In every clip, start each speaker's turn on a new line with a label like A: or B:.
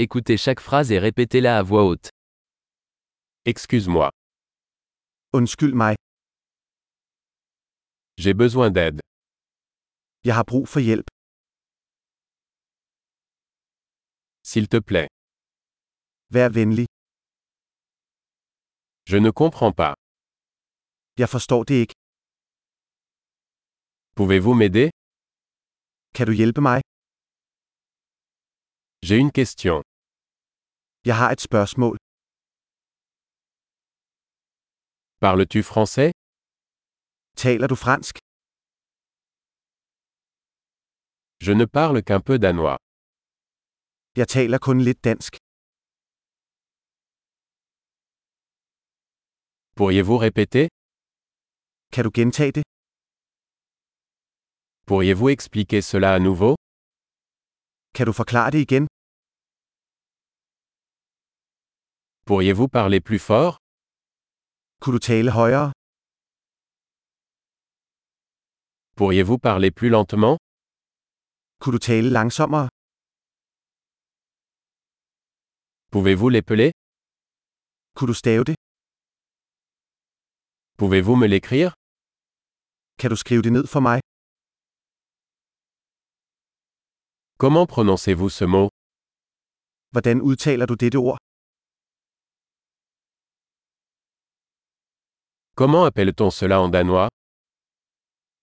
A: Écoutez chaque phrase et répétez-la à voix haute.
B: Excuse-moi,
C: Undskyld mig.
B: j'ai besoin d'aide.
C: Jeg har brug for hjælp.
B: S'il te plaît,
C: Vær venlig.
B: je ne comprends pas.
C: Jeg forstår det ikke.
B: Pouvez-vous m'aider
C: Kan du hjælpe mig?
B: J'ai une question.
C: Jeg har et spørgsmål.
B: Parles-tu français
C: Taler du fransk?
B: Je ne parle qu'un peu danois.
C: Jeg taler kun lidt dansk.
B: Pourriez-vous répéter
C: Kan du gentage det?
B: Pourriez-vous expliquer cela à nouveau
C: Kan du forklare det igen?
B: Pourriez-vous parler plus fort
C: Kunne du tale højere?
B: Pourriez-vous parler plus lentement
C: Kunne du tale langsommere?
B: Pouvez-vous l'épeler
C: Kunne du stave det?
B: Pouvez-vous me l'écrire
C: Kan du skrive det ned for mig?
B: Comment prononcez-vous ce mot
C: Hvordan udtaler du dette ord?
B: Comment appelle-t-on cela en danois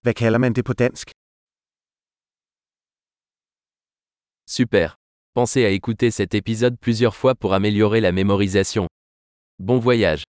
C: Hvad kalder man det på dansk?
A: Super. Pensez à écouter cet épisode plusieurs fois pour améliorer la mémorisation. Bon voyage.